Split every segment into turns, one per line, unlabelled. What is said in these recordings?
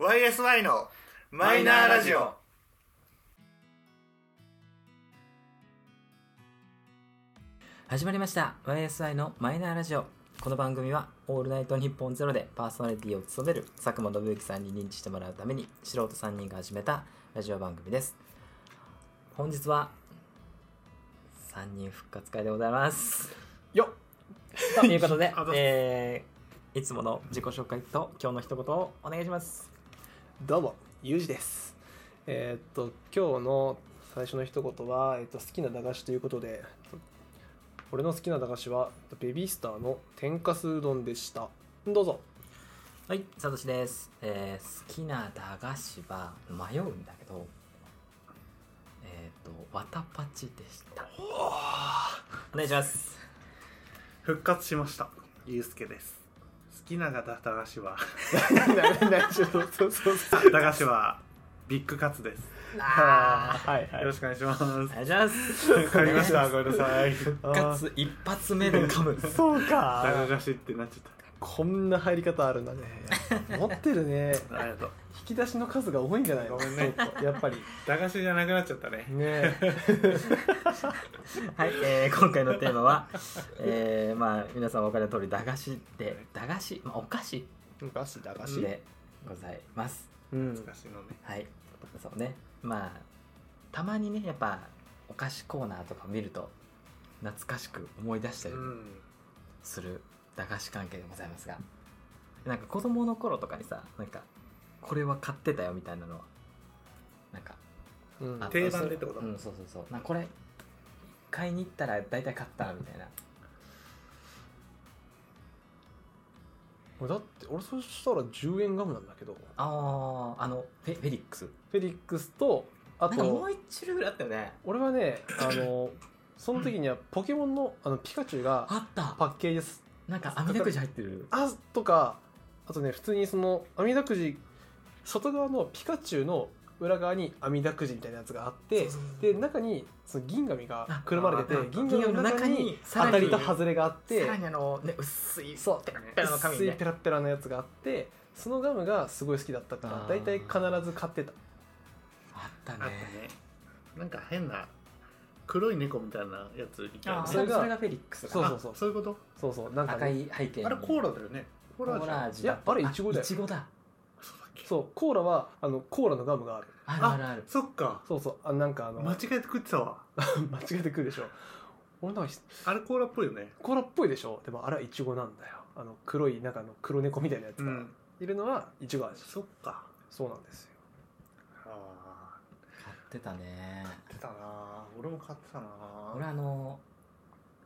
YSY のマイナーラジオ
始まりました YSI のマイナーラジオこの番組は「オールナイトニッポンゼロでパーソナリティを務める佐久間信之さんに認知してもらうために素人3人が始めたラジオ番組です本日は3人復活会でございます
よっ
ということで
ありがとうございます、
えーいつもの自己紹介と今日の一言をお願いします
どうもゆうじですえーっと今日の最初の一言は、えーっと好きな駄菓子ということで俺の好きな駄菓子はえっとベビースターの天かすうどんでしたど うぞ
はい、サトシです、えー好きな駄菓子は迷うんだけど、えっ、と、わたパチでした。お願いします。
復活しましたゆうすけです好きな駄菓子は
何何ちょっとそうそうそう
駄菓子はビッグカツです
あーはいは
よろしくお願いします
お願いします。
わかりましたごめんなさい
あー
かつ一発目で噛む。
そう
駄
か
菓子ってなっちゃっ
こんな入り方あるんだね持ってるね
たありがとう
引き出しの数が多いんじゃないの
ごめんね
ちょっとやっぱり
駄菓子じゃなくなっちゃったね
ねえ
はい、えー今回のテーマは、えーまあ、皆さんお分かりの通り、駄菓子で、駄菓子、まあ、お菓子
昔駄菓
でございます。
うん
懐かしのね
はい、そうね。まあ、たまにね、やっぱ、お菓子コーナーとか見ると、懐かしく思い出したり
うん
する駄菓子関係でございますがなんか子供の頃とかにさなんかこれは買ってたよみたいなのはなんか
うん
あった
定番でってこと
うんそうそうそうなんかこれ買いに行ったら大体買ったみたいな
俺だって俺そしたら10円ガムなんだけど
あああのフェフェリックス
フェリックスとあ
なんかも
と
う一種類ぐらいあったよね
俺はねあのその時にはポケモンのあのピカチュウが
あった
パッケージです
なんか網だくじ入ってる
あとかあとね普通にその網だくじ外側のピカチュウの裏側に網だくじみたいなやつがあってで中にその銀紙がくるまれて
ああ
て銀紙の中に
さ
当
ら
た
に
りと外れがあって
さらにあのね薄い
そう
ペラッペラの紙
薄い
ね
ペラッペラのやつがあってそのガムがすごい好きだったから
あー
大体必ず買ってた
あっ
あ
たね
ったねなんか変な黒い猫みたいなやついたよ
あ
ね
ー
ー
そ
そ
れ
れが
がフェリックスだ
そう
な
そうそう
あそういうこと
そうそうなんかね
赤い背景の
あれコーラだよねコーラ
コ
じ
ー
ゃん
ラ味
いやあれイチゴだよ
イチゴだ
そうコーラはあのコーラのガムがある
あるあるある
そっか
そうそうあなんかあの
間違えて食ってたわ
間違えてくるでしょ俺なんか
あれコーラっぽいよね
コーラっぽいでしょでもあれはイチゴなんだよあの黒い中の黒猫みたいなやつ
う
が
ん
いるのはイチゴ味
そっか
そうなんですよ
あ
買ってたね
ー買ってたな俺も買ってたな
俺あの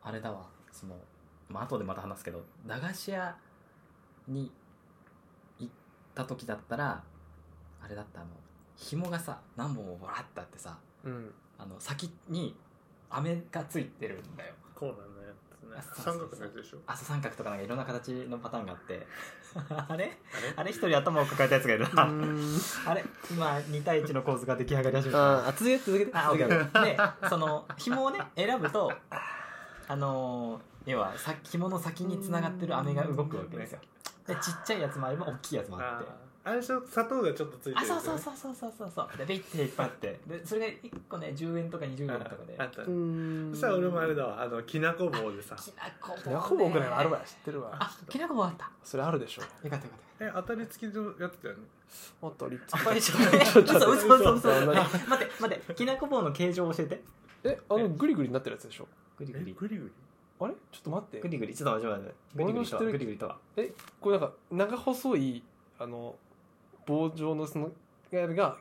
あれだわそのまあ後でまた話すけど駄菓子屋に行った時だったらあれだったあの紐がさ何本ももらったってさ
うん
あの先に飴がついてるんだよ
コーラのや
あ
つね
そうそう
三角
そう
のやつでしょ
朝三角とかなんかいろんな形のパターンがあって あれ
あ
あれ一人頭を抱えたやつがいるな
うん
あれ今2対1の構図が出来上がり始めた
あ続けて続けて
あ、オ
続
ッケ
け
ー
て
オッケーで、その、紐をね、選ぶと、あのー要は、さ、紐の先に繋がってる飴が動くわけですよ。で、ちっちゃいやつもあれば、大きいやつもあっ
あ
て。
ーあれでしょ砂糖がちょっとついてる
あ、
やつね
そうそうそうそうそうそうそう。で、ビッて引っ張って。で、それが1個ね、10円とか20円とかで
あ。あった
う
そ
ん
したら俺もあれだわあのきなこ棒でさ
きなこ棒、ね。
きなこ棒くらいはあるわ知ってるわ
あ、きなこ棒あった。
それあるでしょ
よかったよかった。
え当たり付きのやつだよね
あとリッ
あ、これ
チ
ちょっとね、
ち
嘘
ょっと
嘘嘘嘘嘘。
ちょっと
待って待って、きなこ棒の形状を教えて。
えあのグリグリになってるやつでしょ
グ
え
リグリ。
グリグ
あれちょっと待って
グリグリ、ちょっと待って待って。グリグリとは、グリグリとは。
これなんか長細いあの棒状のそのやつが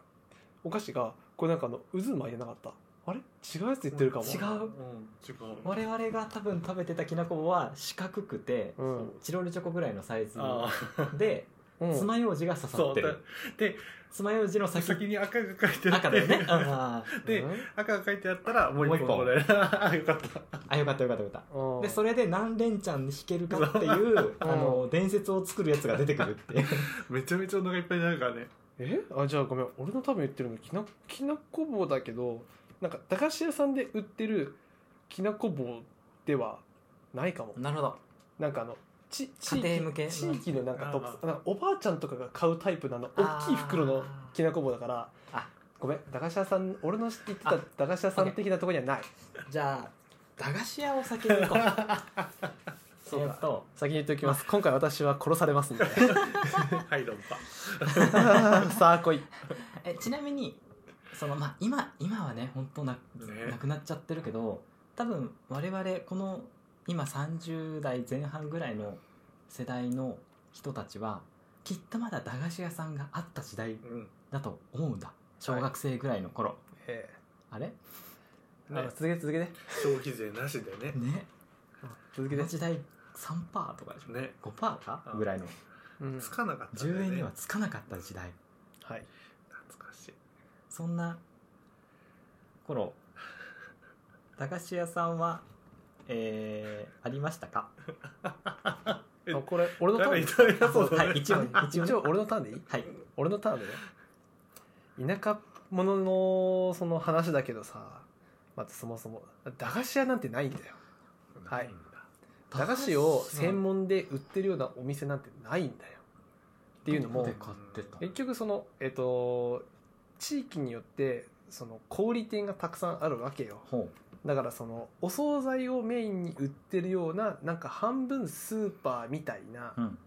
お菓子がこれなんかあの渦巻いてなかったあれ違うやつ言ってるかも
リ
違う
うん違う
我々が多分食べてたきなこ棒は四角くて、
うん
チロルチョコぐらいのサイズ
ああ
で
うん
爪楊枝が刺さってる
そうで
爪楊枝の先
先に赤が書いてあって
赤だよ ねあ
で
うん
赤が書いてあったらもう一本
も
こ
う
れ あよかった
あよかったよかったよかっ
う
た
ん
でそれで何連チャン弾けるかっていうあの伝説を作るやつが出てくるっていう
めちゃめちゃお腹いっぱいになるからね
えあじゃあごめん俺の多分言ってるのきなきなこ棒だけどなんか駄菓子屋さんで売ってるきなこ棒ではないかも
なるほど
なんかあのち地域
家庭向けの
地域のなんかトップ
あ
なんかおばあちゃんとかが買うタイプなの大きい袋のきなこ棒だから
あ
ごめん駄菓子屋さん俺の知ってた
あ
駄菓子屋さん的なところにはない
じゃあ駄菓子屋を先に行こ う
そうか
えっと
先に言っておきます今回私は殺されますん で
はい、論破。
さあ来い
えちなみにそのまあ今今はね本当な
ね
なくなっちゃってるけど多分我々この今30代前半ぐらいの世代の人たちはきっとまだ駄菓子屋さんがあった時代
うん。
だと思うんだ小学生ぐらいの頃、
え
あれ
え
ね
あ続けて続けて
消費税なしでね。
ね
続
こ
けて
の、時代3%とかでしょ
ね。
5%か
うん
ぐらいの
うん
つかなかったんだよ
10
ね。
円にはつかなかった時代
はい
懐かしい。
そんな 頃駄菓子屋さんはえー、ありましたか
え
あこれ俺のタ
なんか
ーン
いただきそうだね。
はい 一応ね一
一
応ね
応俺のターンでいい
はい
俺のターンでね田舎者のその話だけどさまずそもそも駄菓子屋なんてないんだよはい駄菓子を専門で売ってるようなお店なんてないんだよっていうの
ど
も
こで買ってた
結局そのえっと地域によってその小売店がたくさんあるわけよ
ほ
だからそのお惣菜をメインに売ってるようななんか半分スーパーみたいな
ううん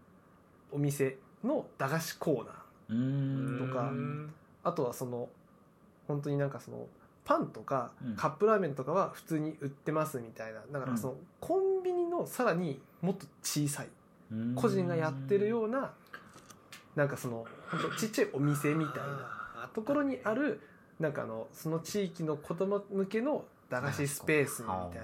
お店の駄菓子コーナー
うーん
とか
うん
あとはその本当になんかそのパンとか
うん
カップラーメンとかは普通に売ってますみたいなだからそのコンビニのさらにもっと小さい個人がやってるようななんかその本当ちっちゃいお店みたいな
あー
ところにあるなんかあのその地域の子供向けの駄菓子スペースみたいな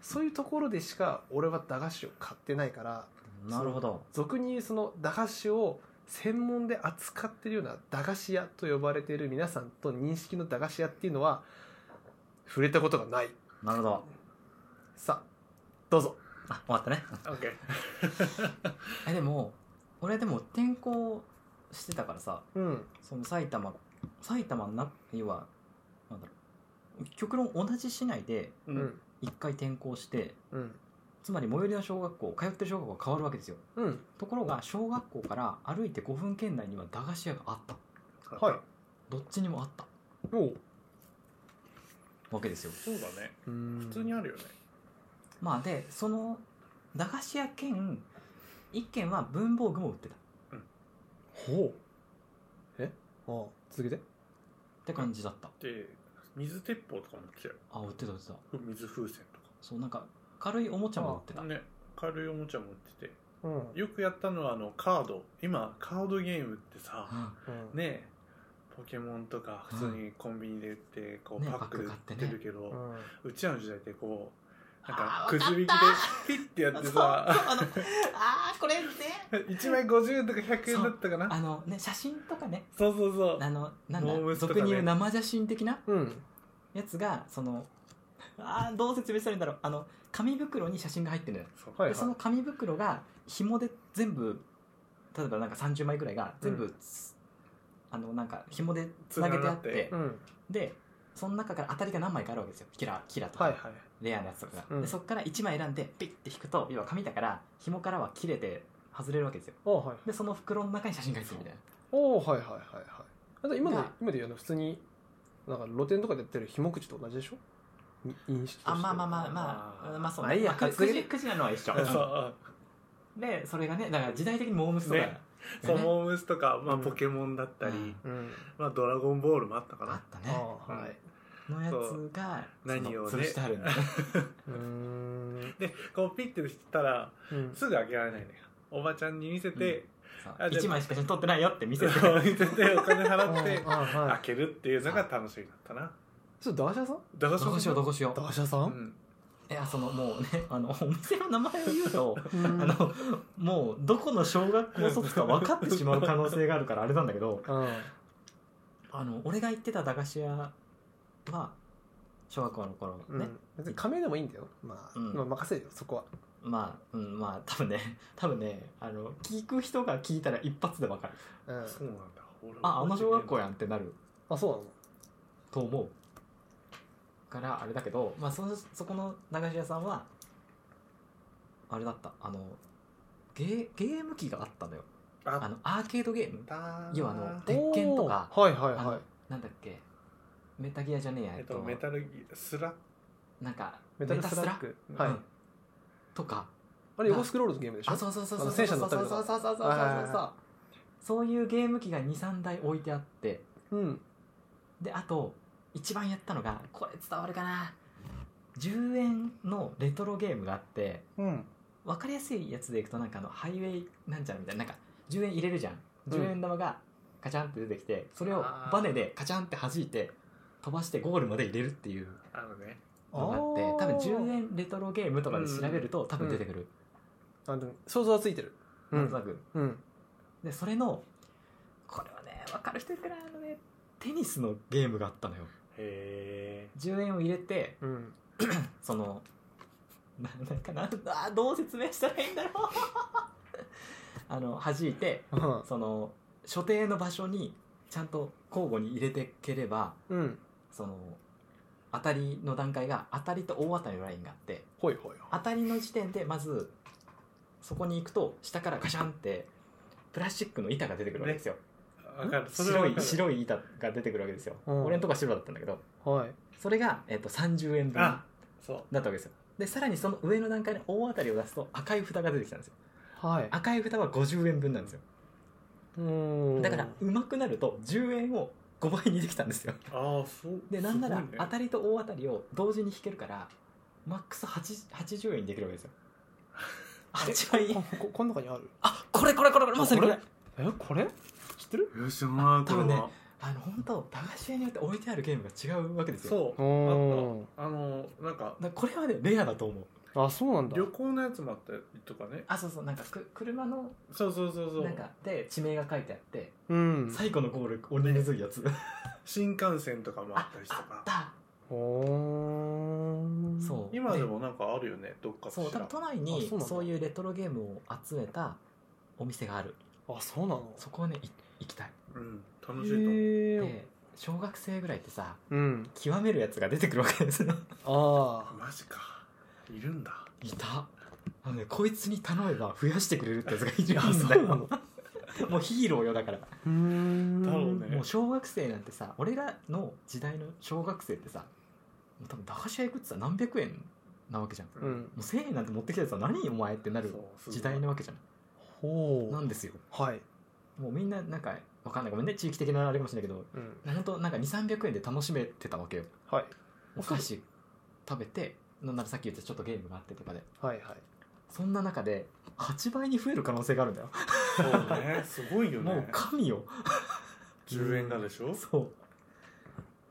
そういうところでしか俺は駄菓子を買ってないから
ななるほど
俗に言うその駄菓子を専門で扱ってるような駄菓子屋と呼ばれている皆さんと認識の駄菓子屋っていうのは触れたことがない
なるほど
さあどうぞ
あ終わったね
オッケー
えでも俺でも転校してたからさ
うん
その埼玉埼玉な要はなんだろう極論同じ市内で
う。
うんん
一回転校して
うん
つまり最寄りの小学校通ってる小学校が変わるわけですよ
うん
ところが小学校から歩いて5分圏内には駄菓子屋があった
はい
どっちにもあった
おう
わけですよ
そうだね。
普
普通にあるよね。
まあでその駄菓子屋兼一軒は文房具も売ってたっ
ほうえああ続けて
て感じだった
で、水鉄砲とかも売ってたよ。
あ売ってた売ってた
ふ水風船
そうなんか軽いおもちゃも売って
とか。
た
ね。軽いおもちゃも売ってて。
うん、うん、
よくやったのはあのカード。今、カードゲームってさ、ねえポケモンとか普通にコンビニで売ってこう
ね
パックで売
パック買
っ
って
て
ね
るけど、
うん
うちらの時代ってこうなん
あ
か
ー
くじ引きでピッてやってさ
あのあーこれね
1枚50円とか100円だったかな
あのね写真とかね
そうそうそう
あのなん
ノーム
だ
スとか
俗
ね
に言う生写真的な
うん
やつがそのあーどう説明したらいいんだろうあの紙袋に写真が入ってるのよ
そう
はい
でその紙袋が紐で全部例えばなんか30枚ぐらいが全部つ、あのなんか紐でつなげてあって
つながって
うん
でその中から当たりが何枚かあるわけですよキラキラとか、
はいはい
レアなやつとかが、
うん
でそこから1枚選んでピッて引くと要は紙だから紐からは切れて外れるわけですよ
ああはい
でその袋の中に写真が入ってるみたいな
おおはいはいはいはいあと今の
が
今で言うの普通になんか露店とかでやってるひも口と同じでしょに認識として
あまあまあまあ
あ
まあ
ー
まあそう
まあいいや
まあく
続け
くじく
て
じなのは一緒
そう
でそれがねだから時代的にモームスとか、
ねそうモームスとか、まあ、
うん
ポケモンだったり、
うん
うん
まあ、ドラゴンボールもあったか
あ
な
ったね
ああはい
のやつが
そう何をね
その潰してあ るんだね
うーん
でこうピッてしたら
うん
すぐ開けられないのよおばちゃんに見せて、
そう
あじゃあ
1枚しか写真撮ってないよって見せて
そう見せてお金払って
ああは
開
い
けるっていうのが楽しみだったな
ちょっと駄菓子屋さん
駄菓
どこしようどこしよ
駄菓子屋さ
うんん
ういやそのもうねあのお店の名前を言うとあ
うん
のもうどこの小学校卒か分かってしまう可能性があるからあれなんだけど
うん
あの俺が行ってた駄菓子屋は小学校の頃
う
ね、
ん別に仮名でもいいんだよまあ
うん
まあ任せるよそこは
まあ、うん、まあ多分ね 多分ねあの聞く人が聞いたら一発で分かる
うん
そうなんだ俺
ああの小学校やんってなる
あそう
と思うからあれだけど、まあ、そのそこの駄菓子屋さんはあれだったあのゲーゲーム機があったのよ
あ
あのアーケードゲーム要はあの
え
鉄拳とか
おーはいはい
あ
は
の
い
なんだっけメタギアじゃねえやえ
っ
っと
とメタルギアスラ
なんか
メタルスラック
メタスラ
はい、
うんとか
あれ横スクロールのゲームでしょ
あそうそうそうそう
あの
そう
戦
そ
車
う
乗
そう
った
そう
りとか
そうそうそう
はいはい
そう
は
そういうゲーム機が23台置いてあって
うん
であと一番やったのがこれ伝わるかな10円のレトロゲームがあって
うん
分かりやすいやつでいくとなんかあのハイウェイなんちゃらみたいななんか10円入れるじゃん
うん
10円玉がカチャンって出てきてそれを
あー
バネでカチャンって弾いて飛ばしてゴールまで入れるっていう
あのね
のがあって多分10
円
円レトロゲームとかで調べると多分出てくる、
あでも想像はついてるう
なんとなんく
うん
でそれのこれはね分かる人いるかなあのねテニスのゲームがあったのよ
へ
10円を入れて
うん
そのななんかなんあーどう説明したらいいんだろう あの弾いて
うん
その所定の場所にちゃんと交互に入れてければ
うん
その当たりの段階が当たりと大当たりのラインがあって
ほいほい
当たりの時点でまずそこに行くと下からガシャンってプラスチックの板が出てくるわけですよ、
えわかるそれは
白
わ
い
かる
白い板が出てくるわけですよ、
うん
俺のとこは白だったんだけど
はい
それが、えっと30円分だっ
あそう
たわけですよでさらにその上の段階で大当たりを出すと赤い蓋が出てきたんですよ
はい
赤い蓋は50円分なんですよ
うん
だからうまくなると10円を5倍にできたんですよ
ああそう
でなんなら
すごいね
当たりと大当たりを同時に引けるからマックス80 80円にできるわけ ですよ8倍
こここの中にある
あこれこれこれこれまさにこれ
えこれ知ってる
よしまあ
多
これ
分ね
は
あの本当駄菓子屋によって置いてあるゲームが違うわけですよ
そうあ
お
ったあのなんか
だからこれはねレアだと思う
あそうなんだ
旅行のやつもあったりとかね
あそうそうなんかく車の
そうそうそうそう
なんかで地名が書いてあって、
うん
最後のゴール鬼むずいやつ
新幹線とかもあったりと
あ
か
った
おー
そう
今でもなんかあるよねどっかし
そう多分
ら
都内
あ
に
そうなんだ
そういうレトロゲームを集めたお店がある
あそうなの
そこはねい行きたい
うん
へ
楽しいと思う
ー
で小学生ぐらいってさ
うん
極めるやつが出てくるわけですよ
あ
マジかいるんだ
いたあのねこいつに頼めば増やしてくれるってやつがい
あ
るんだ
そうな
よ
の
もうヒーローよだから
うーん
だろうね
もう小学生なんてさ俺らの時代の小学生ってさもう多分駄菓子屋行くってさ何百円なわけじゃんも
うん
う1000円なんて持ってきたやつは何お前ってなる
そう
時代なわけじゃん
ほう
なんですよ
はい
もうみんななんかわかんないごめんね地域的なあれかもしれないけど
うん
本当なんか2300円で楽しめてたわけよ
はい
お菓子食べてなんならさっき言ったちょっとゲームがあってとかで
はいはい
そんな中で8倍に増える可能性があるんだよ
そうねすごいよ
もう
ね
神よ
10円がでしょ
そ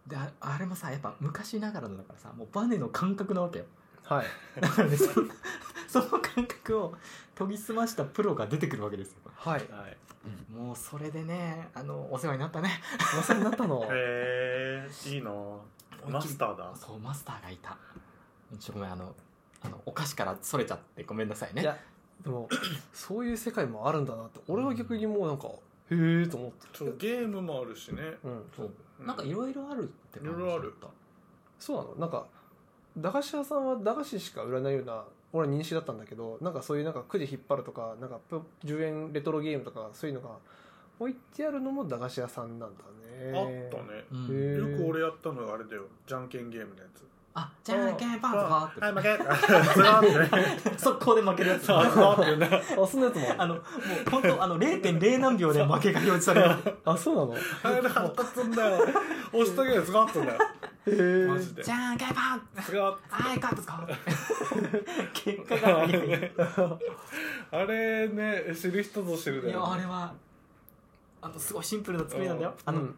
うでああれもさやっぱ昔ながらのだからさもうバネの感覚なわけよ
はい
だからねその その感覚を研ぎ澄ましたプロが出てくるわけですよ
はい
はい
もうそれでねあのお世話になったね
まさになったの
へえいいなマスターだ
そうマスターがいたちょごめんあのあのお菓子からそれちゃってごめんなさいね
いやでもそういう世界もあるんだなって俺は逆にもうなんかへえと思って
そうゲームもあるしね
うん
そうなんかいろいろあるって感じ
いろいろある
だっ
そうなのなんか駄菓子屋さんは駄菓子しか売らないような俺は認識だったんだけどなんかそういうなんかくじ引っ張るとかなんかぷ10円レトロゲームとかそういうのが置いてあるのも駄菓子屋さんなんだ
あっ
ね
たね
た、う
へ
ん、
ー
よく俺やったのがあれだよじゃんけんゲームのやつ
あじゃんけんパンとか
はい
あ
負け ズラーってね
って速攻で負けるやつ
そうズラーっていうね
あそんなやつも
あのもう本当あの0.0何秒で負けが表示 される
あそうなの
あれ腹立つんだよ 押しとけよズラーってんだよ
へえ
マジで
じゃんけんパン
ズラーって
はいカット使おう 結果が悪いい
あれね知る人ぞ知るだ
や
よ
あれ
ね
はあのすごいシンプルな作りなんだよあの、
うん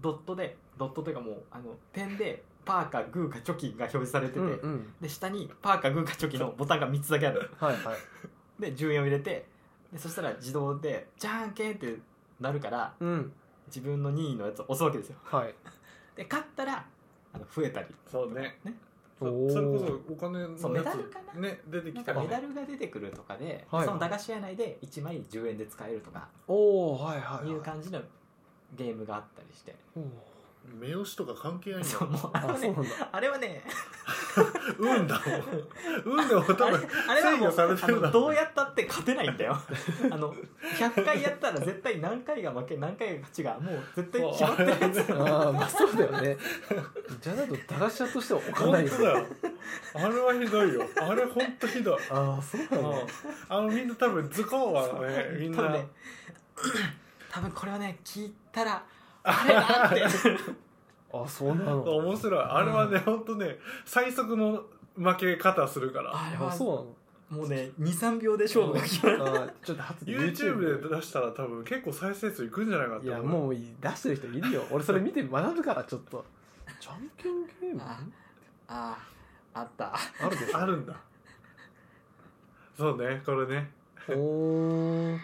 ドットでドットというかもうあの点でパーかグーかチョキが表示されてて、
うんうん
で下にパーかグーかチョキのボタンが3つだけある
はいはい
で10円を入れてでそしたら自動でじゃんけんってなるから
うん
自分の2位のやつを押すわけですよ
はい
で勝ったらあの増えたり
そうね
ね
そ
おー
それこそお金
そう
のや
メダルか
つね出て
な
き
んか
たね
メダルが出てくるとかで、
はい
その駄菓子屋内で1枚10円で使えるとか
おおはいはいいは
う
い
感じのゲームがあったりして
おー
目押しとか関係ないんだ
そう もうあれ
あ
は
そう
ね
なんだ
あれはね
運だ もん運でも多
あれ
分
あれはも
制御され
う
て
あ
るな
のどうやったって勝てないんだよ あの100回やったら絶対何回が負け何回が勝ちがもう絶対決まってるやつ なの
ああまあそうだよねじゃないと駄菓子屋としては置か
本
ない
当だよあれはひどいよあれ本当ひどい
ああそうなんだ、ね、
あのみんな多分ズコーはねみん
多分
な
ね多分これはね聞いたらあれだって
あそうなの
面白いあれはね本当ね最速の負け方するから
あれ
あ
は
そ
もうね23秒で勝負が決ま
う
る
なのあーちょっと初
YouTube で出したら多分結構再生数いくんじゃないか
い
と
や
思う
もういい出してる人いる よ俺それ見て学ぶからちょっとじゃんけんゲーム
あ
あ
あああった
るでしょ
あるんだそうねこれね
おー
ち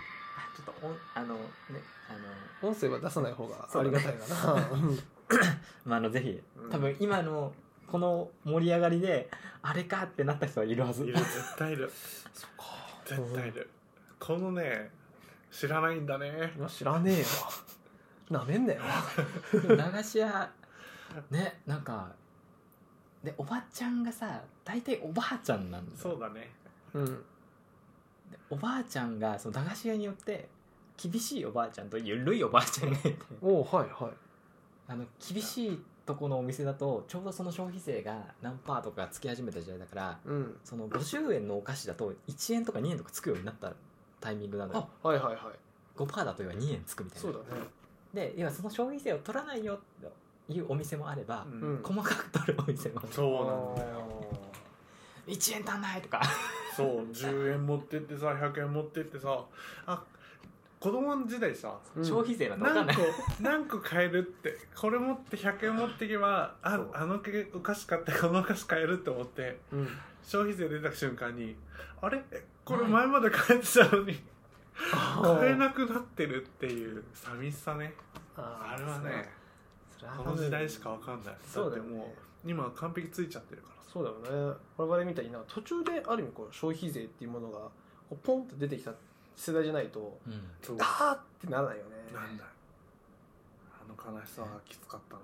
ょっとおあのねあの
音声は出さない方が
そ
あ
うだ
り
ね
がたいかな
まああのぜひ
うん
多分今のこの盛り上がりであれかってなった人はいるはず
いる絶対いる
そっか
絶対いるこのね知らないんだね
いや知らねえよなめんなよ
駄菓子屋ねなんかでおばちゃんがさ大体おばあちゃんなんだよ
そうだね
うん
でおばあちゃんがその駄菓子屋によって厳しいおばあちゃんとゆるいおばあちゃんがいて
おーはいはい
あの厳しいとこのお店だとちょうどその消費税が何パーとかつき始めた時代だから
うん
その50円のお菓子だと1円とか2円とかつくようになったタイミングなの
あ
よ
はいはいはい
5%だと要は2円つくみたいな
そうだね
で今その消費税を取らないよというお店もあれば、
うん
ん
細かく取るお店もある
そうなんだよ
1円足んないとか
そう10円持ってってさ100円持ってってさあ子供の時代さ
うん
消費税なんて分
何
かんない
個何個買えるってこれ持って100円持ってけばああのお菓子買ってこのお菓子買えるって思って
うん
消費税出た瞬間にあれえこれ前まで買えてたのに買えなくなってるっていう寂しさねあ
あ
れはねこの時代しか分かんない
そうだよ
って
ね
もう今完璧ついちゃってるから
そうだよね我々みたいにな途中である意味こう消費税っていうものがこうポンと出てきた世代じゃないと
うん
そう
あーってならないよね
なんだよあの悲しさはきつかったな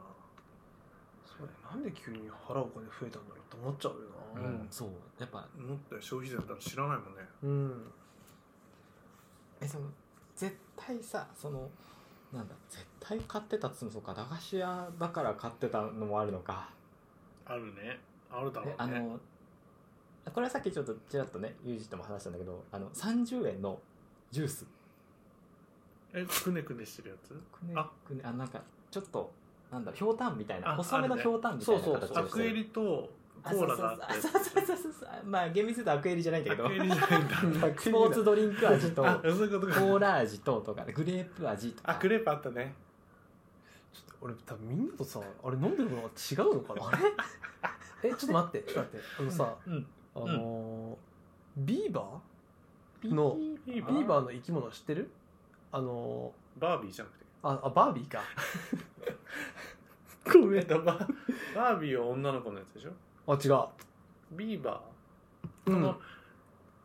そうだよなんで急に払うお金増えたんだろうって思っちゃう
う、
よ
うん
なん
そうやっぱ
思ったよ消費税だったら知らないもんね
うん
えその絶対さそのなんだ絶対買ってたっつうのもそうか駄菓子屋だから買ってたのもあるのか、
あるねあるだろ
であ
うね
のこれはさっきちょっとちらっとねユージとも話したんだけどあの30円のジュース
えくねくねしてるやつ
くね
あ
くねあなんかちょっとなんだひょうたんみたいな
あ
細めの
あるね
ひょうたんみたいな
そうそう
形
そう
を
ア
して
ク
る
エリと
あ
コーラがあって
そうそうそうそうそうそうまあ厳密に言うとアクエリじゃないんだけど
アクエリじゃないんだ
スポーツドリンク味と
あ
コ
そういうことか
ーラ味ととかグレープ味と
あ
か
クレープあったね
ちょっと俺多分みんなとさあれ飲んでるものが違うのかな えちょっと待ってちょっと待ってあのさ
うん
あのービーバーの
ビ
ビ
ー
ー
バー
バーの生き物知ってるあの
バービーじゃなくて
ーああバービーかごめ
えっ
んあ
とバーバービーは女の子のやつでしょ
違う
ビーバ
う
ーそ
ん
の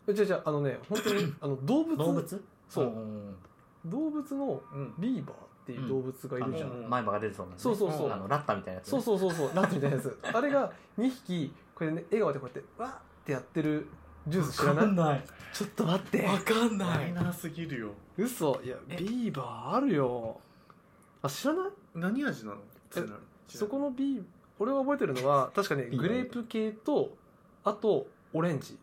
え違う違うあのね本当にあの動物
動物
そう
うん
動物の
うん
ビーバーっていう動物がいるじゃん、
うんうん
前歯が出てそうなのね
そうそうそう
あのラッタみたいなやつね
そうそうそうそうラットみたいなやつあれが2匹これね笑顔でこうやってわーってやってるジュース知ら
わ
な
かん
い
ない
ちょっと待って
わかん
マ
な
イ
い
ナーすぎるよ
嘘いや
え
ビーバーあるよあ知らない
何味なの
えそこのビー俺が覚えてるのは確かね
ビーバ
グ
ー
レープ系とあとオレンジ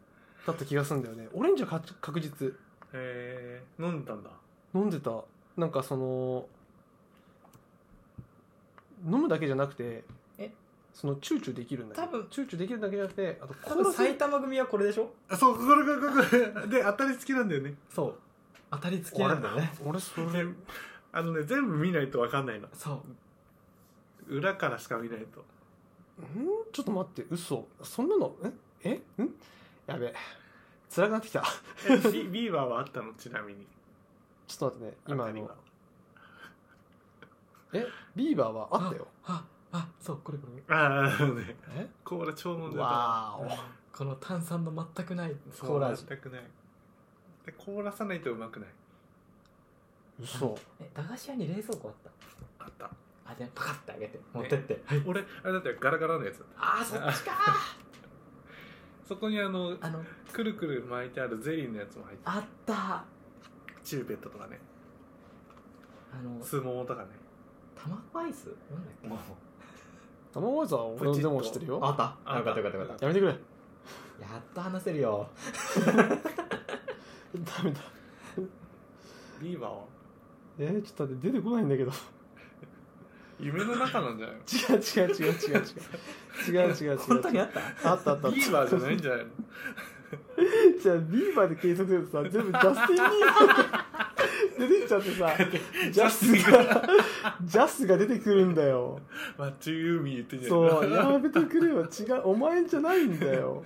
だった気がするんだよねオレンジはか確実
えー、飲んだんだ
飲んでたなんかその飲むだけじゃなくて
え
そのチューチューできるんだけど
多分
チューチューできるだけじゃなくてあと
多
コー
分
ラ
埼玉組はこれでしょ
あそうこれこれこれで当たり付きなんだよね
そう当たり付きなんだよね
俺そ
で
れ
あのね全部見ないと分かんないの
そう
裏からしか見ないと
んちょっと待って嘘そんなのええんやべえ辛くなってきた
えビビーバーはあったのちなみに
ちょっと待ってね今あ
当たり
の
は
えビーバーはあったよ
ああそうこれこれ
ああね
え
コーラ超飲んでた
わ
この炭酸の全くない
そう
コーラ味
全くないで凍らさないとうまくない
ーお嘘
え駄菓子屋に冷蔵庫あった
あった
あでパカッてあげて持ってって、はい、
俺あれだってガラガラのやつ
ああそっちか
そこにあの
ーあの
くるくる巻いてあるゼリーのやつも入って
あったあ
チューペットとかね
の
スモモとかね
卵アイスなんだっけ
卵アイスは俺のでも知ってるよ
あった
あ
よかったよかったよかっ
やめてくれ
たやっと話せるよ
ダメだ
ビーバーは
えー、ちょっと待って出てこないんだけど
夢の中なんじゃない
違う違う違う違う違う違う違う違う違う
本当にあった
あったあった
の
あ っ
ビ
た
ーバーじゃないんじゃないの
じゃあビーバーで検索するとさ全部ジャスティン・ビーバー出てきちゃってさ ジャスがジャスが出てくるんだよ
マッチユーミー言ってんじゃない
そうやめてくれよ違うお前じゃないんだよ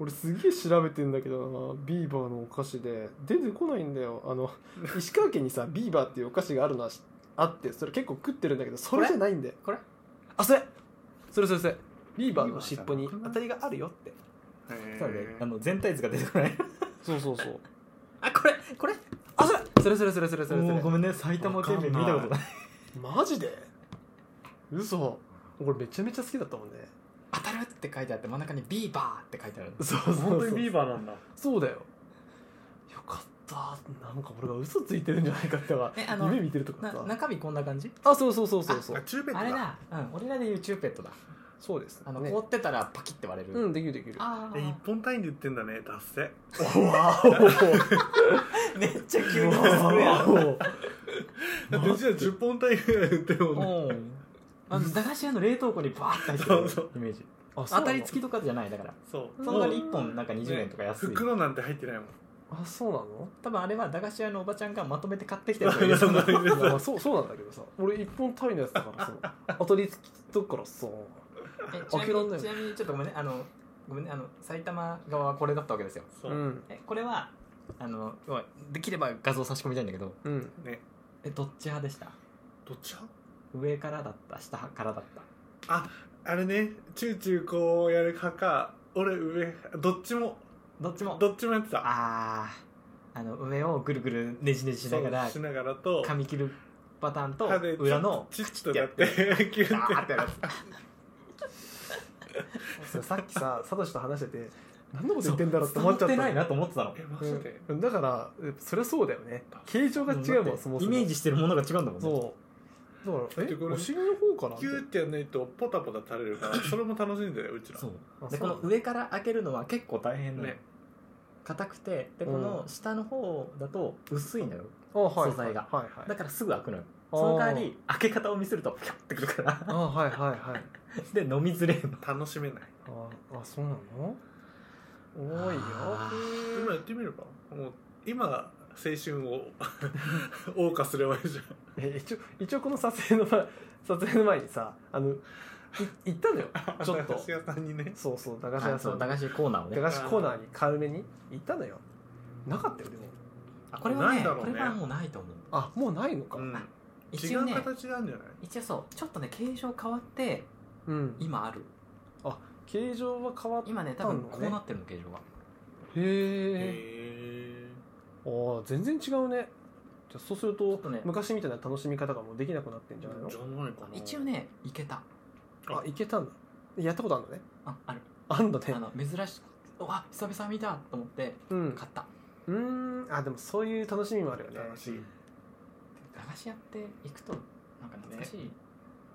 俺すげえ調べてんだけどなビーバーのお菓子で出てこないんだよあの石川県にさビーバーっていうお菓子があるのはしあってそれ結構食ってるんだけどそれじゃないんだよ
これ
あそれそれそれそれビーバーの尻尾に当たりがあるよって
へー
そうねあの全体図が出てこない
そうそうそう
あこれこれ
あそれそれそれそれそれそれそ
お
れ
ーごめんね埼玉県民見たことない
マジで嘘俺めちゃめちゃ好きだったもんね
当たるって書いてあって真ん中にビーバーって書いてある
そうそう
本当にビーバーなんだ
そうだよよかったなんか俺が嘘ついてるんじゃないかっては
えあの
夢見てるとか
な
さ
中身こんな感じ
あそうそうそうそうそ
あ
う
チューペット
あ
だ
れだ、うん、俺らで言うチューペットだ
そうです
あの、
ね
凍ってたらパキって割れる、
うんできるできる
あ
え一
あ
本単位で売ってんだね達成
おわお
めっちゃ急 にするや
わ
ん
お
だってうちら10本単位ぐらい売ってるもんね
うんあの駄菓子屋の冷凍庫にバーって入ってる
そうそう
イメージ
あ
当たり
き
付きとかじゃないだから
そう
その代わり1本なんか20円とか安い、
袋なんて入ってないもん
あそうなの
多分あれは駄菓子屋のおばちゃんがまとめて買ってきたやつがいる
そんな入れ
いやま
た
あ そうそうなんだけどさ俺一本単位のやつだからさ 当たり付きだからさ
えちなみ
開けらんな
に
い
ちなみにちょっとごめんねあのごめんねあの埼玉側はこれだったわけですよ
そううん
えこれはあの要はできれば画像差し込みたいんだけど
うん
ね
えどっち派でした
どっち派
上からだった下からだった
あれねチューチューこうやる派か俺上どっちも
どっちも
どっちもやってた
あああの上をぐるぐるねじねじしながら
そうしながらと
噛み切るパターンと
歯でちょ
裏の
チッとやって キュ
ガ
ッ
ーってやる
ささっきさサトシと話 してて何のこと言ってんだろうって思っちゃった
伝わてないなと思ってたの
えマジで
うんだからえそりゃそうだよね形状が違うもんそもそも
イメージしてるものが違うんだもんね
そうだから
だって
え
これ
お尻の方かな
キューってやんないとポタポタ垂れるからそれも楽しんでるうちら
そう
あ
で
そ
こ
う
の上から開けるのは結構大変なの
ね
硬くてでこの下の方だと薄いのよ
あはい
素材が
はいはい
だからすぐ開くのよその代わり開け方を見せるとピャッてくるか
あー
ら
あはいはいはい
で飲みづれえの
楽しめない
あーあそうなの多いよ
あー
今やってみればもう今青春を 謳歌すればいいじゃん
え一応一応この撮影の前 撮影の前にさあのい行ったのよちょっと
私屋さんにね
そうそう駄菓子
あ
屋
そ
さ
うん駄
駄
菓子コーナーをね
菓子コーナーに買うめに行ったのよなかったよでも
あこれは
な
ね
いだろう
こ
ね
れはもうないと思う
あもうないのか
うん違
一応
う
ね
形なんじゃない
一応そうちょっとね形状変わって
うん
今ある
形状は変わっ
今ね多分こうなってるの形状が
へえ
へ
あー全然違うねじゃあそうする
ちょ
と
っとね
昔みたいな楽しみ方がもうできなくなってんじゃないの
じゃないかな
一応ねいけた
あいけたんだやったことあるのね
あある
あんだね
あの珍しくわ久々見たと思って
うん
買った
うーんあでもそういう楽しみもあるよね
楽しい
駄菓子屋って行くとなんか懐かしい、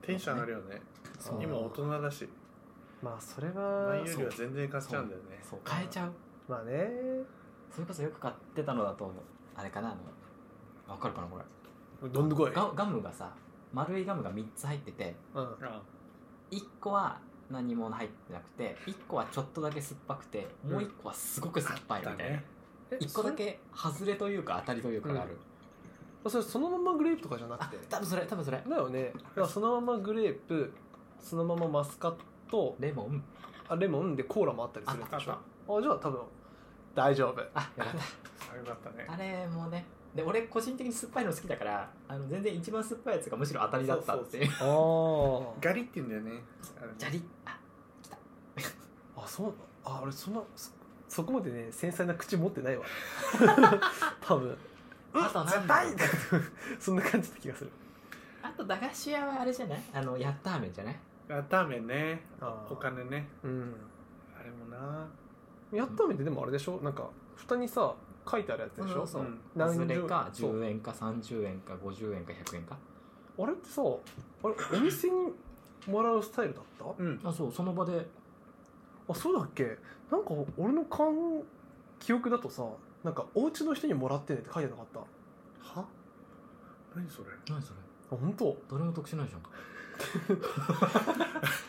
テンション上がるよね
そう
今大人だし
まあそれ
前
は
よりは全然貸しちゃうんだよね
そう変えちゃう
まあね
それこそよく買ってたのだとあれかなあのわかるかなこれ
どんどこい
ガガムがさ丸いガムが3つ入ってて
うん
あ
1個は何も入ってなくて1個はちょっとだけ酸っぱくてもう1個はすごく酸っぱいみたいな、
え
1個だけ外れというか当たりというかがある、
それそれそのままグレープとかじゃな
あ
くて
多分それ多分それ
だよねだからそのままグレープそのままマスカット
レモン
あレモンでコーラもあったりするやつでしょ
あ
あじゃあ多分大丈夫
あよかっ
あよかったね
たあれもねで俺個人的に酸っぱいの好きだからあの全然一番酸っぱいやつがむしろ当たりだったっていう
あ
ガリって言うんだよねあれね
じゃりあ
あそうあ俺そんなそそこまでね繊細な口持ってないわ多分
あとなんだろう
そんな感じだった気がする
あと駄菓子屋はあれじゃないあのやったーめんじゃない
やっためね
あー
お金ね
うん
あれもな
やっためてでもあれでしょなんか蓋にさ書いてあるやつでしょ
そう
うん
何
そ
十
れか
そう
10円か30円か50円か100円か
あれってさあれお店にもらうスタイルだった
うん
あそうその場で
あそうだっけなんか俺の勘記憶だとさなんかお家の人にもらってねって書いてなかったあ
は何それ
何それ
本当
どれも得しないじゃん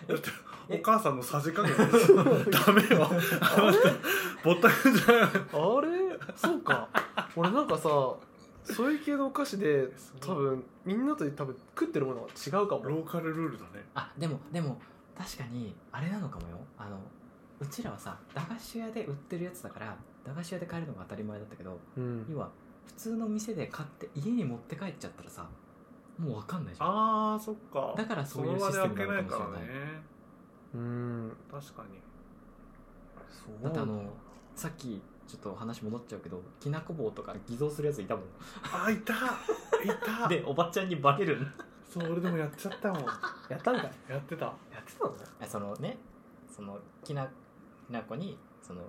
だって
え
お母さんのさじ加 減ダメよあの人ぼったくんじゃん
あれそうか俺なんかさそういう系のお菓子で多分みんなと多分食ってるものが違うかも
ローカルルールだね
あでもでも確かにあれなのかもよあのうちらはさ駄菓子屋で売ってるやつだから駄菓子屋で買えるのが当たり前だったけど
うん
要は普通の店で買って家に持って帰っちゃったらさもう分かんないじゃん
あーそっか
だからそ
そう
い
の
うシ
場
ス
で
テ
開け
ムな
ない
の
か
かも
ら
しれない
ね
うん
確かに
そう
だってあのさっきちょっと話戻っちゃうけどきなこ棒とか偽造するやついたもん
あいたい た
でおばちゃんにバレるんだ
そう俺でもやっちゃったもんや
やったんかい
ってた
やってたの
あそのねそのきなきなこにその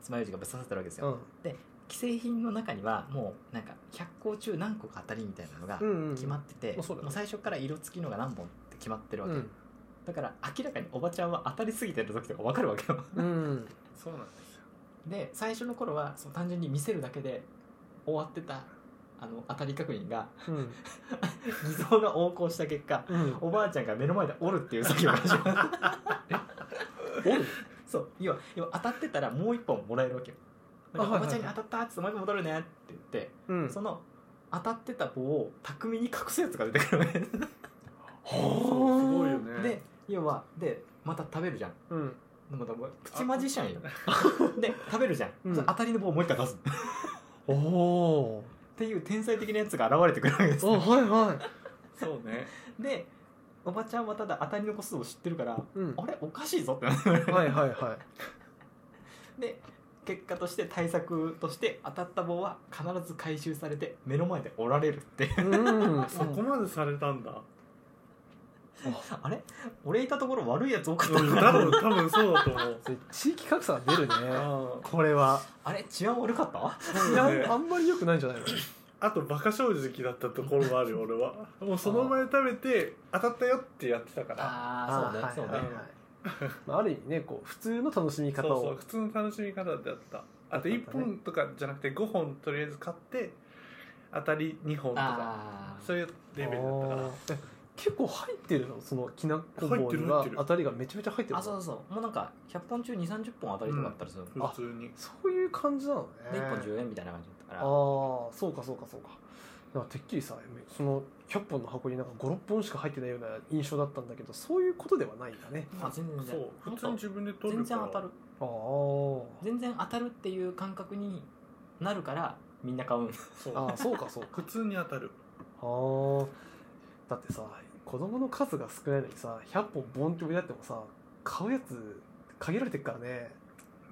爪楊枝がぶっ刺さってるわけですよ、
うん
既製品の中にはもうなんか100個中何個か当たりみたいなのが
うんうんうん
決まってて、
まあそうだね
もう最初から色付きのが何本って決まってるわけ、
うん
だから明らかにおばちゃんは当たりすぎてる時とか分かるわけよ
うん
そうなんですよ
で最初の頃はその単純に見せるだけで終わってたあの当たり確認が
うん
偽造が横行した結果
うん
おばあちゃんが目の前で折るっていう作業が始まる
折る
そう要は要は当たってたらもう一本もらえるわけよだから
あは
お
いはい
ばちゃんに当たったっつってもう一本戻るねって言って
うん
その当たってた棒を巧みに隠すやつが出てくるわけです
そうすごいよね
で要はでまた食べるじゃん
うん
でも多分プチマジシャンよで食べるじゃん、
うん
その当たりの棒をもう一回出すっ
おお
ていう天才的なやつが現れてくるわけです
あはいはい
そうね
でおばちゃんはただ当たりの個数を知ってるから
うん
あれおかしいぞってなる
はいはいはい
で結果として対策として当たった棒は必ず回収されて目の前で折られるっていう
うん
そこまでされたんだ
あれ俺いたところ悪いやつ多かった
うん
な
多分多分そうだと思う
それ地域格差が出るね
あ
これは
あれ治安悪かった
ー
いや
そうね
あんまり良くないんじゃないの
あとバカ正直だったところもあるよ俺はもうその前食べて当たったよってやってたから
あ
あ
あそうねそうね、
はいはいはいまあある意味ねこう普通の楽しみ
そう
方を
そう普通の楽しみ方だったあと
だったね
1本とかじゃなくて5本とりあえず買って当たり2本とか
ああ
そういうレベルだったから
あーえ結構入ってるのそのきなこ
入っ
棒
てる入っ
が
てる
当たりがめちゃめちゃ入ってる
あ
の
そうそうそうもうなんか100本中2 3 0本当たりとかあったりする、で
普通に
そういう感じなのね
1本10円みたいな感じだったから
ああそうかそうかそうかなんかてっきりさその100本の箱になんか56本しか入ってないような印象だったんだけどそういうことではないんだね
まあ全然
そう普通に自分で取
全
る
然
から
当たる
ああ
全然当たるっていう感覚になるからみんな買うん
そう
ああそうかそう
普
か
通に当たる
あーだってさ子供の数が少ないのにさ100本ボンって置いてあってもさ買うやつ限られてるからね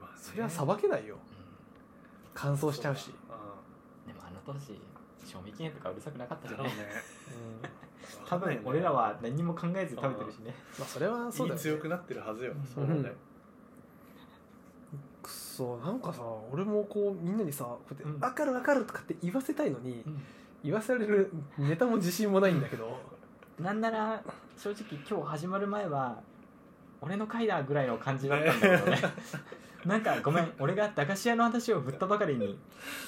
まあね
そりゃさばけないよ乾燥しちゃうし
でもあの当時賞味期限とかうるさくなかった
うん
じ
だ
ゃ
ろ
な
う
い
ね
うん
多
わかんない
分
ね
俺らは何も考えず食べてるしね
まあそれはそう
胃
だよ、ね、
強くなってるはずよ
うん
そうだね
くそなんかさ俺もこうみんなにさこうやって「
うん
分かる分かる」とかって言わせたいのに、
うん
言わせられるネタも自信もないんだけど
なんなら正直今日始まる前は俺の回だぐらいの感じだったんだけどね なんかごめん俺が駄菓子屋の話を振ったばかりに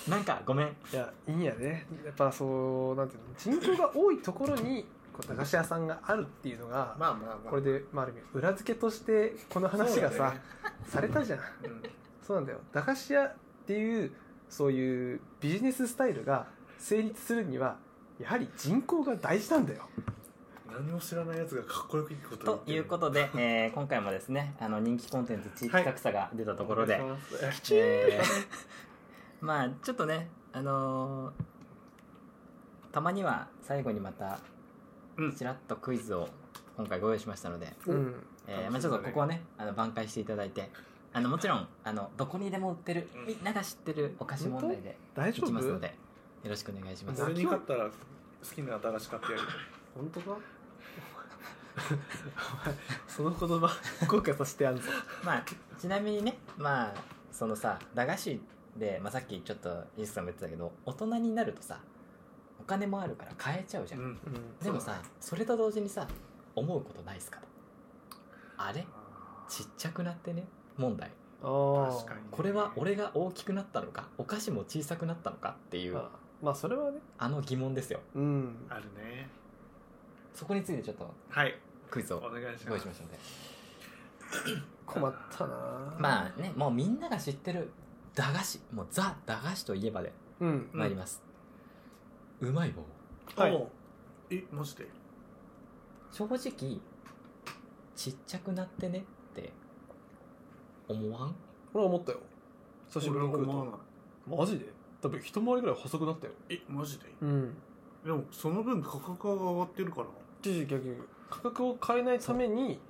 なんかごめん
いやいいんやねやっぱそうなんていうの人口が多いところにこう駄菓子屋さんがあるっていうのが、
まあまあまあ
これで、まあ、ある意味裏付けとしてこの話が
そうだ
さ、
ね
されたじゃん
うん
そうなんだよ駄菓子屋っていうそういうビジネススタイルが成立するにはやはり人口が大事なんだよ
何も知らないやつがかっこよくいいこと
ということで、えー今回もですねあの人気コンテンツ地域格差が出たところで、
お願いします
えーまあちょっとねあのーたまには最後にまた
うん
ちらっとクイズを今回ご用意しましたので、
うん
えーまあ、ちょっとここはねあの挽回していただいてあのもちろんあのどこにでも売ってるみんなが知ってるお菓子問題で
大
い
丈
きます
夫
のでよろしくお願いします
俺に勝ったら好きな新しかってやる
本 当かお前お前その言葉後悔させてやるぞ
まあちなみにねまあそのさ駄菓子で、まあ、さっきちょっとイースさんも言ってたけど大人になるとさお金もあるから買えちゃうじゃん、
うん
うん
でもさそれと同時にさ思うことないっすかとあれちっちゃくなってね問題
ああ
確かにね
これは俺が大きくなったのかお菓子も小さくなったのかっていう
まあまあそれはね
あの疑問ですよ
うん
あるね
そこについてちょっと
はい
クイズ
お
を
願いし
ご
ま
用意し
す
ましたので
困ったなあ
まあねもうみんなが知ってる駄菓子もうザ駄菓子といえばで
うん
参ります、うまい棒
はい
おうえマジで
正直ちっちゃくなってねって思わん
俺は思ったよ久しぶりに食う
俺は
と
思わ
マジで多分一回りぐらい細くなったよ
ないえマジで
うん
でもその分価格が上がってるから
違う違う逆に価格を変えないために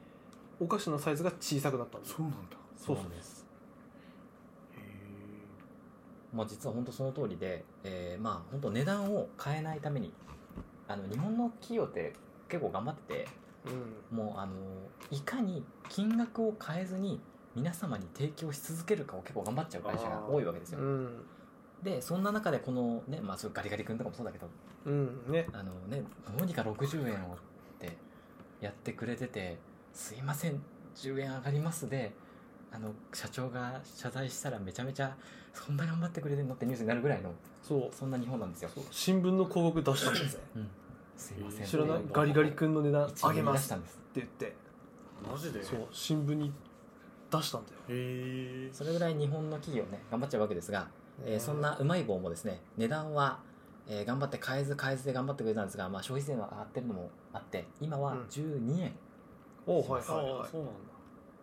お菓子のサイズが小さくなったんです
そうなんだ
そう
な
そうん
です
へえ
まあ実は本当その通りで、えーまあ本当値段を変えないためにあの日本の企業って結構頑張ってて
うん
もうあのいかに金額を変えずに皆様に提供し続けるかを結構頑張っちゃう会社が多いわけですよ、
うん
でそんな中でこのねまあそれガリガリ君とかもそうだけど
うんね
あのねどうにか60円をってやってくれてて「すいません10円上がりますで」あの社長が謝罪したらめちゃめちゃそんな頑張ってくれてんのってニュースになるぐらいの
そう
そんな日本なんですよ
そう新聞の広告出したんですね
うんすいません
知らないガリガリ君の値段
一
上
応
げ
言い
ま
出し
す
た
っ
んです
て言って
マジで
そう新聞に出したんだよ
へえ
それぐらい日本の企業ね頑張っちゃうわけですが、えーそんなうまい棒もですね値段は、えー頑張って変えず変えずで頑張ってくれたんですが、まあ、消費税は上がってるのもあって今は12円、
おはい
あ
はい
あ
は
そうなんだ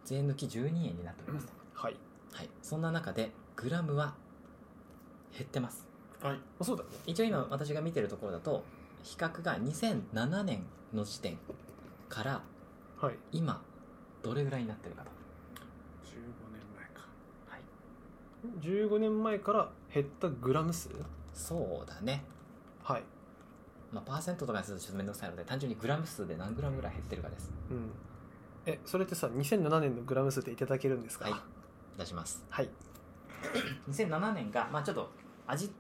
税抜き12円になっております、
いはい
はい、そんな中でグラムは減ってます
はい
まあそうだよね
一応今私が見てるところだと比較が2007年の時点から
はい
今どれぐらいになってるかと
15年前か
15年前から減ったグラム数
そうだね
はい
まあパーセントとかにするとちょっと面倒くさいので単純にグラム数で何グラムぐらい減ってるかです
うんえそれってさ2007年のグラム数っていただけるんですか
はい出します
はい
2007年がまあちょっと味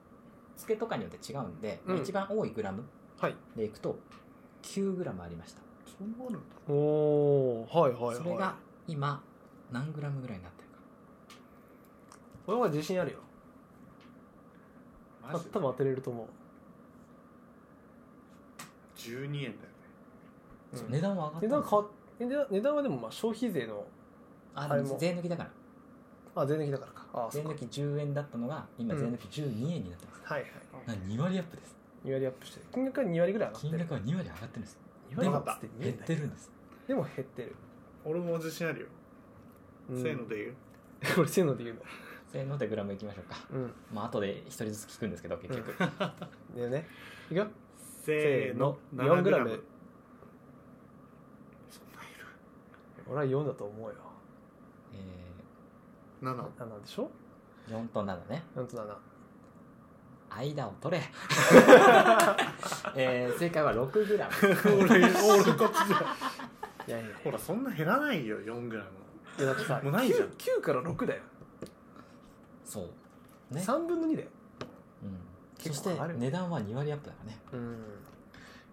付けとかによって違うんで、
うん
一番多いグラム
はい
でいくと9グラムありました
そんなあるんだ
おおはいはいはい
それが今何グラムぐらいになってるか
この方が自信あるよ
マ
多
ジ
分
で
当てれると思う
12円だよね
そう値段は上がった
値
んです
段
よ
変わっ値段値段はでもまあ消費税の
あ
あ
で
れ
も
も
税抜きだから
あ税抜きだからかあ
税
そうか
抜き10円だったのが今
うん
税抜き12円になってます、
はいはい
な2割アップです
2割アップしてる金額は2割ぐらい上がって
金
る
額は2割上がってるんです
2割
で
上
も
がったって
減ってるんです
でも減ってる、
俺も自信あるよ
うん、
せー ので言う
これせーので言う
せーのでグラムいきましょうか
のうん
まあ後で一人ずつ聞くんですけど結局、
だよねいくよ
せーの
せーの
7g
グラム
そんないる
俺は4だと思うよ
え
7
7でしょ
ー、4と7ね
なんと7
間を取 れ、えー、正解は6グラム
俺俺勝ちじゃん
いやいや
ほらそんな減らないよ 4g
いやだってさ
もうないじゃん
9, から6だよ、
そうね、
3分の2だよ
うん、そし
結
て
構ある
値段は2割アップだからね
うん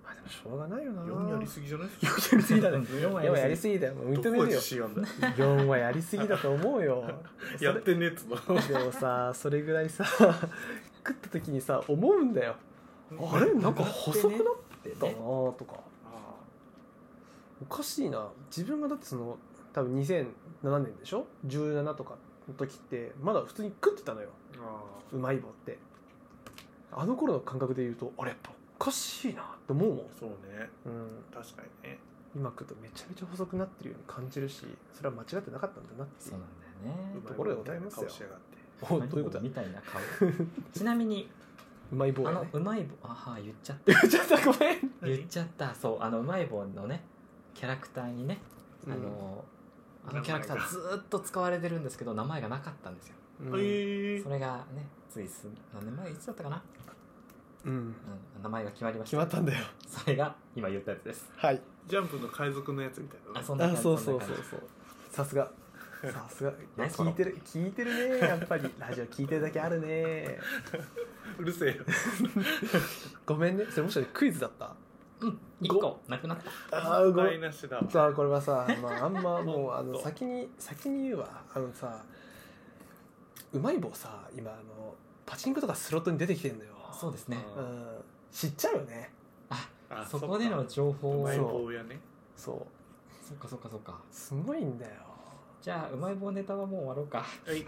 まあでもしょうがないよな
4やりすぎじゃない
4やりすぎだね
4
4はやりすぎだよもう認
ど
め
こ
る
で自
よ
信あ んだよ
4はやりすぎだと思うよ
やってねえっつうの
でもさそれぐらいさ食った時にさ思うんだよあれなんか細くなってたなとか
あ
おかしいな自分がだってその多分2007年でしょ17とかの時ってまだ普通に食ってたのよ
ーあ
うまい棒ってあの頃の感覚で言うとあれやっぱおかしいなって思うもん
ー、そうね
うん、
確かにね
今食うとめちゃめちゃ細くなってるように感じるしそれは間違ってなかったんだなってい
そう
う
なんだよね
うま
ところでござい
み
ま
た
すよ
な顔しやがって
おどういうことだ
みたいな 顔ちなみに
うまい棒
あ
や
の
ね
うまい棒ああ言っちゃった
ちょっとごめん
言っちゃったそうあのうまい棒のねキャラクターにね、あのあのキャラクターずーっと使われてるんですけど名前がなかったんですよ
うん
えー
それがねつい数何年前いつだったかな
うん
うん、名前が決まりまし
決
た
まったんだよ
それが今言ったやつです
はい
ジャンプの海賊のやつみたいな
あそんな感
あ
じ
そうそ
ん
う
な
そう
感じ
そうさ すがさすが
何そ
聞
の
いてる聞いてるねやっぱりラジオ聞いてるだけあるね
うるせえよ
ごめんねそれもしかしてクイズだった
うん一個なくなった
ああごめ
台
ん
無しだわ
さあこれはさ、まあ、あんま もうあ
そ
の
う
先に先に言うわあのさうまい棒さ今あのパチンコとかスロットに出てきてんだよ
そうですね
う
うん知っちゃうよね
あ
そこでの情
う
報を
まい
そ
棒やね
そう
っかそっかそっか
すごいんだよ
じゃあうまい棒ネタはもう終わろうか
はい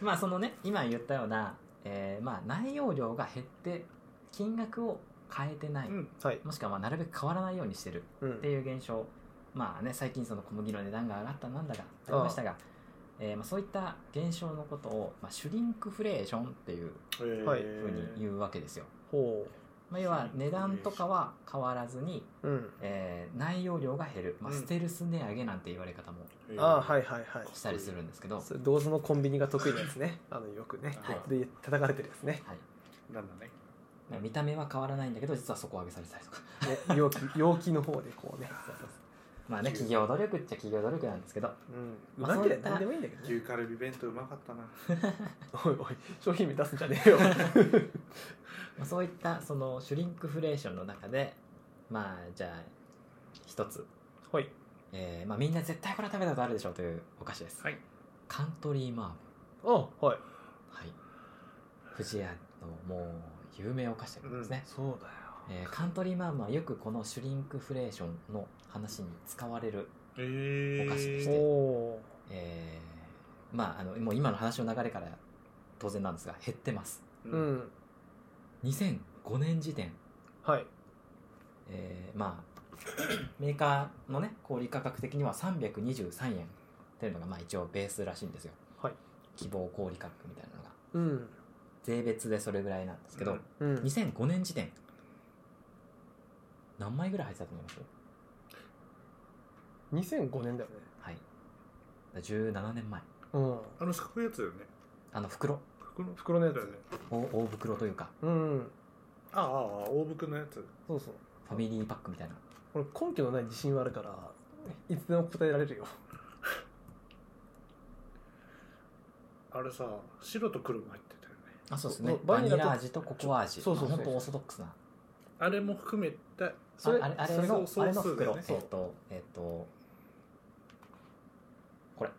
まあそのね今言ったような、えーまあ、内容量が減って金額を変えてない、
うん
はい、
もしくはまあなるべく変わらないようにしてる
う
って
ん、
いう現象まあね最近その小麦の値段が上がったなんだがありましたがえーまあ、そういった現象のことを、まあ、シュリンクフレーションっていう
えー
はい
ふうに言うわけですよ、
ほ
まあ、要は値段とかは変わらずに、
ううん
えー内容量が減る、まあ、
うん
ステルス値上げなんて言われ方も
えー
ああはいはいはい
したりするんですけど、は
それ銅像のコンビニが得意なやつねあのよくね、
はい
で叩かれてるやつね
い、
なんだね
まあ見た目は変わらないんだけど実は底上げされたりとか
ね 容器容器の方でこうね、
まあね企業努力っちゃ企業努力なんですけど
うん、う
まあ
ま
そう
けりゃ
いった
何でもいいんだけどね
牛カルビ弁当うまかったな
おいおい商品名出すんじゃ ねえよ
まあそういったそのシュリンクフレーションの中でまあじゃあ一つ、
はい
えーまあ、みんな絶対これ食べたことあるでしょうというお菓子です、
はい
カントリーマ
あはい
ームはい藤屋のもう有名お菓子でございますね、
そうだよ
えーカントリーマームはよくこのシュリンクフレーションの話に使われる、
えー
お菓子でし
お
た
お
えーまああのもう今の話の流れから当然なんですが減ってます
ーう
うん
ん
2005年時点
はい
えーまあメーカーのね小売価格的には323円っていうのがまあ一応ベースらしいんですよ、
はい
希望小売価格みたいなのが
うん
税別でそれぐらいなんですけど、
うん
うん
2005年時点何枚ぐらい入ってたと思います
2005年だよね
はい17年前
うん
あの四角いやつだよね
あの袋
この
袋のや
だよ
つ
ね
大大袋というか
うんうん
ああああ大福のやつ
そうそう
ファミリーパックみたいな
俺根拠のない自信はあるからいつでも答えられるよ
あれさ白と黒も入ってたよね
あそうですね
そう
バ
バ
ニ
ニラ
ラ
と
味とココア味
そうそうそう
まあ本当オーソドックスな
あれも含めた
ああれあれ
それ
の
が
あれの
総数だよ
袋、
ね
えっ、とえっ、とこれ
あ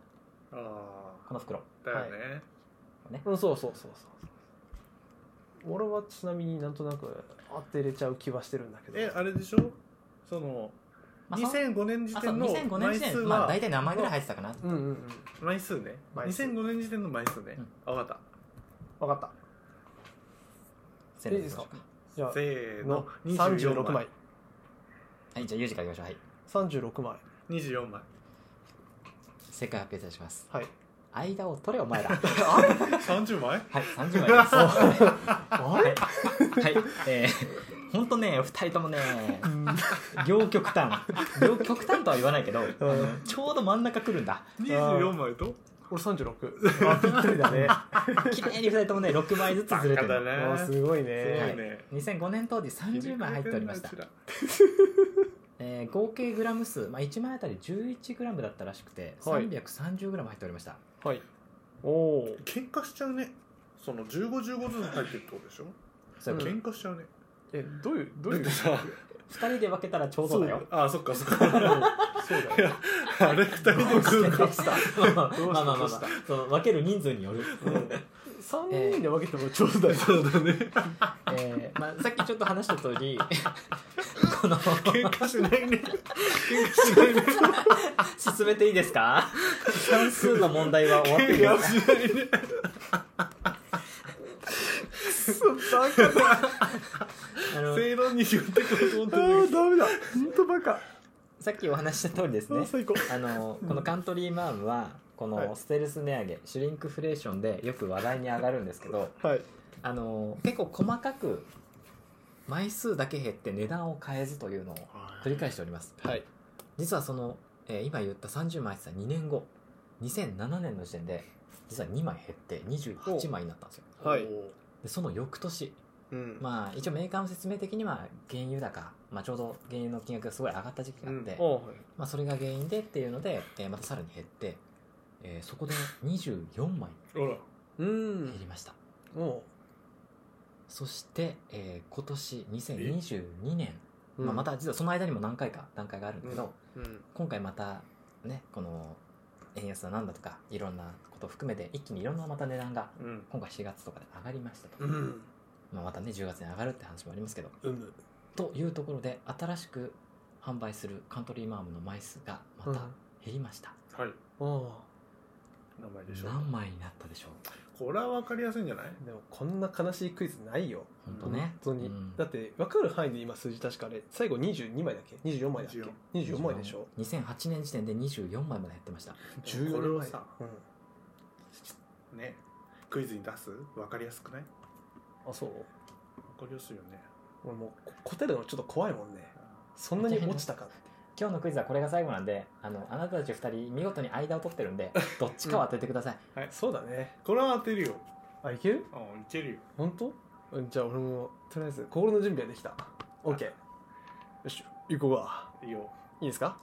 あ
この袋
だよね、
うんそうそうそうそう俺はちなみになんとなく当てれちゃう気はしてるんだけど
えあれでしょその
まあそん
2005年時
あそう
点の
2005年
枚
時
数
点、まあ、
は
大体名前ぐらい入ってたかな、
うんうんうん
枚数ね
枚数
2005年時点の枚数ね
うん
あわかっ
分かった
せ
いいですかじゃ
た
あ
せー
の
の
36枚
はいじゃあユージからいきましょうはい
36枚
24枚
正解発表いたします
はい
間を取れお 前らはい
30枚
30枚ですは
あれ
い、はい、えー、ほんとね2人ともね両極端両極端とは言わないけど
うん
ちょうど真ん中来るんだ
24枚と
俺36あぴったりだね
綺麗に2人ともね6枚ずつずれて
バカだ
る
ね
あすごい
すご
はいい
ね
2005年当時30枚入っておりました
切り替えてんなう
えー合計グラム数、まあ、1枚あたり 11g だったらしくて
はい
330g 入っておりました、
はいおおー
ちら喧嘩しちゃうねその1515ずつ入ってるってことでしょ
そういうこと
ん
喧嘩しちゃうね
えどういうどういう
さ
2人で分けたらちょうどだよ
あそっかそっか
そう だよ
あれ2人で食うか
まあまあまあまあ、
ど
ま
うした
あ、そう分ける人数による、
3人で分けてもちょうどだよ
そうだね
えーまあ、さっきちょっと話した通り この
喧嘩しないね喧嘩しないね
進めていいですか算数の問題は終わっていいで
喧
す
嘩し
か
ないね
バカだ
あの
正論に言ってくると思っ
あ
てる
ーダメだ本当バカ
さっきお話しした通りです
あー
ね
最高
あのこのカントリーマームはこ
は
の
い
ステルス値上げ、シュリンクフレーションでよく話題に上がるんですけど
はい
あの結構細かく枚数だけ減って値段を変えずというのを繰り返しております
はい
実はその、えー今言った30枚って2年後2007年の時点で実は2枚減って28枚になったんですよ
はい
おー
でその翌年
うん
まあ一応メーカーの説明的には原油高、まあ、ちょうど原油の金額がすごい上がった時期があって、
おうはい
まあ、それが原因でっていうので、えーまたさらに減って、えーそこで24枚
ほら
う
減
ん
りました、
お
そして、えー今年2022年、
う
まあ、また実はその間にも何回か段階があるんだけど、
うん
今回またねこの円安だなんだとかいろんなことを含めて一気にいろんなまた値段が
うん
今回4月とかで上がりましたと、
うん
まあ、またね10月に上がるって話もありますけど
うむ
というところで新しく販売するカントリーマームの枚数がまた減りました、
はい
おう
名前でしょう
何枚になったでしょう
これは分かりやすいんじゃない
でもこんな悲しいクイズないよ
本当ね、
本当に、
うん
だって分かる範囲で今数字確かあれ最後22枚だっけ24枚だっけ24枚でしょ
2008年時点で24枚まで減ってました
14枚
これをさ
うん、
ねクイズに出す分かりやすくない
あそう
分かりやすいよね
俺もうこ答えるのちょっと怖いもんねそんなに落ちたかって
今日のクイズはこれが最後なんであのあなたたち2人見事に間を取ってるん でどっちかを当ててください、
そうだね
これは当てるよ
あいける
あいけるよ
本当うんじゃあ俺もとりあえず心の準備はできた OK よし行こうか
いいよ
いいですか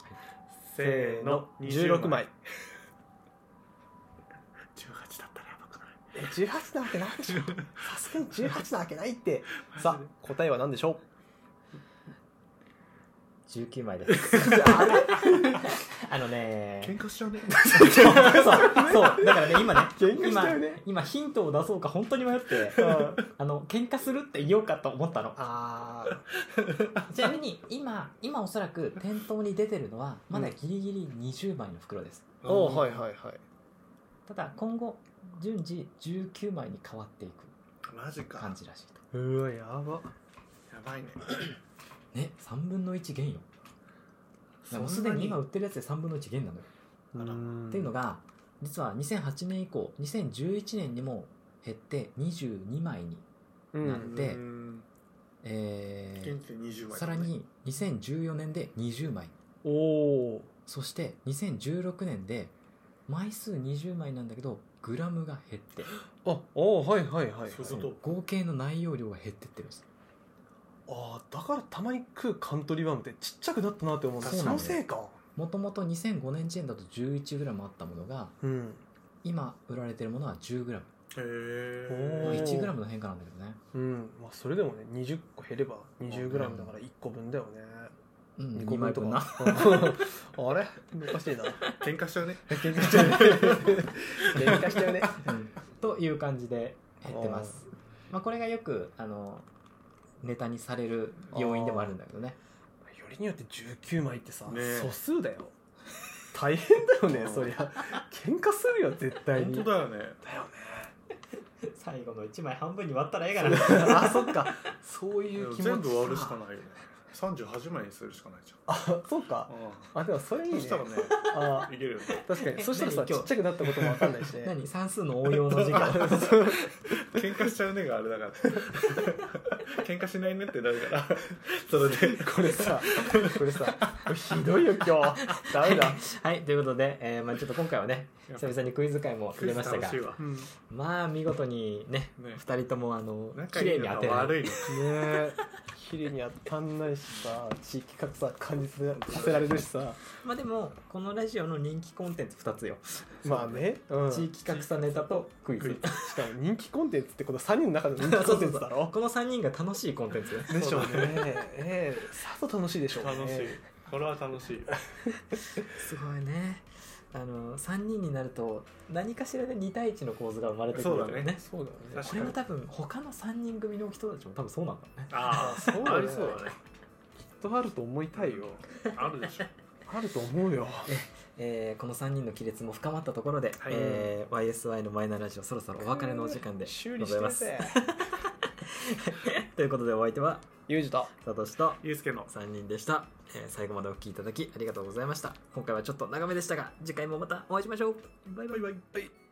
せーの
16枚
18だったらやばくない
え18なわけないでしょさすがに18なわけないって
マ
さ
ジで
あ答えは何でしょう
19枚ですあのね
喧嘩しちゃうね
そうそうだからね今ね
喧嘩しち
今
ゃうね
今ヒントを出そうか本当に迷ってあの喧嘩するって言おうかと思ったの
あー
ちなみに今今おそらく店頭に出てるのはまだギリギリ20枚の袋です、
おおはい
い
はいはい
ただ今後順次19枚に変わってい
マジ
く感
か
じらしいと
うわやば
やばいね
ね3分の1減よもうすでに今売ってるやつで3分の1減なのよ、
あら
っていうの
が
が実は2008年以降2011年にも減って22枚に、
うん
なんで
うん
えー
現地で20枚
さらに2014年で20枚
おお
そして2016年で枚数20枚なんだけどグラムが減って
あおーはいはいはい
そうそう
合計の内容量が減ってってるんです
あーだからたまに食うカントリーバームってちっちゃくなったなって思うんだ
そう
そ
なん
の
だよ
せいか
もともと2005年時点だと 11g あったものが
うん
今売られてるものは 10g1g
へ
おー
え
の変化なんだけどね、
うんまあそれでもね20個減れば 20g だから1個分だよね
うん、
2
2枚分な
あれおかしいな
喧嘩しちゃうね
喧嘩しちゃうね喧嘩しちゃうね
うんという感じで減ってます、まあ、これがよくあのネタにされる要因でもあるんだけどね
よりによって19枚ってさ、
ねえ
素数だよ大変だよね
うん
そりゃ喧嘩するよ絶対に
本当だよね
だよね
最後の1枚半分に割ったらええ
あそっかそういう気持ち
全部割るしかないよね38枚にするしかないじ
あそっか
ゃん
あでもそれいい
そ
ね
したら ね
あ
いけるよね
確かにそしたらさ
何
ち
今
っ
日
ちゃくなったこともわかんないし ね
何算数の応用の時間
喧嘩しちゃうねがあれだ から喧嘩しないねってなる からそれで
これさこれさひどいよ今日ダ メだ
はいということで、えーまあ、ちょっと今回はね久々にクイズ会も
ク
入
イ
れ
ズ
ました
楽
が
しいわ
うんね
まあ見事にね
ね
2人ともあの
仲
綺
い
麗
い
に
の
当
か
てられ
悪
る
いのか
え綺麗に当たんないしさ地域格差感じさせられるしさ
まあでもこのラジオの人気コンテンツ2つよ、
まあね、うん、
地域格差ネタとクイズ
しかも人気コンテンツってこの3人の中の人気コンテンツだろ
この3人が楽しいコンテンツよ
でしょうねええさぞ楽しいでしょうね
楽しいこれは楽しい
すごいねあの3人になると何かしらで2対1の構図が生まれてくるんだよ
そうだ
ね
ね
そうだよね
これも多分他の3人組の人たちも多分そうなんだろうね
ああ
そうだね
ありそうだね
きっとあると思いたいよ
あるでしょ
あると思うよ
えーこの3人の亀裂も深まったところで、
はい
えー YSY のマイナーラジオそろそろお別れのお時間で
修
ご
理し
ざい
て
ま
る
す。
ぜ
ということでお相手は
ユージと
サトシと
ゆうすけの
3人でした、えー最後までお聞きいただきありがとうございました今回はちょっと長めでしたが次回もまたお会いしましょうバイバイ
バイバイ